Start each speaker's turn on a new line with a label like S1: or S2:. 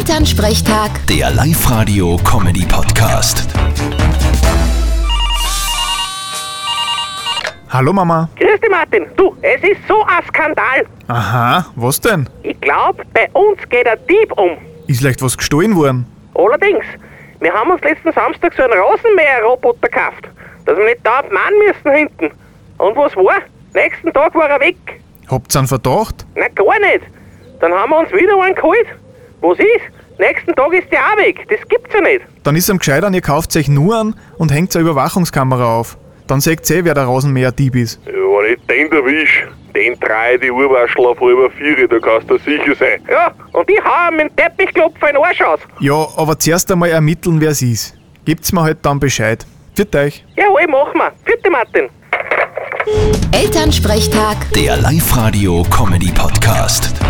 S1: Elternsprechtag,
S2: Der Live-Radio-Comedy-Podcast.
S3: Hallo Mama.
S4: Grüß dich, Martin. Du, es ist so ein Skandal.
S3: Aha, was denn?
S4: Ich glaube, bei uns geht ein Dieb um.
S3: Ist leicht was gestohlen worden?
S4: Allerdings, wir haben uns letzten Samstag so einen Rasenmäher-Roboter gekauft, dass wir nicht dauernd mahnen müssen hinten. Und was war? Nächsten Tag war er weg.
S3: Habt's einen Verdacht?
S4: Na, gar nicht. Dann haben wir uns wieder einen geholt. Was ist? Nächsten Tag ist der auch weg. Das gibt's ja nicht.
S3: Dann ist am gescheitern, ihr kauft euch nur an und hängt eine Überwachungskamera auf. Dann seht ihr eh, wer der Rasenmäher-Dieb ist.
S5: Ja, wenn ich den erwisch, den drei die Urwaschel auf halber Viere, da kannst du sicher sein.
S4: Ja, und ich hau ihm mit dem Teppichklopfer in den Arsch aus.
S3: Ja, aber zuerst einmal ermitteln, wer's ist. Gebt's mir halt dann Bescheid. Für euch.
S4: Jawohl, machen wir. Bitte, Martin.
S1: Elternsprechtag.
S2: Der Live-Radio-Comedy-Podcast.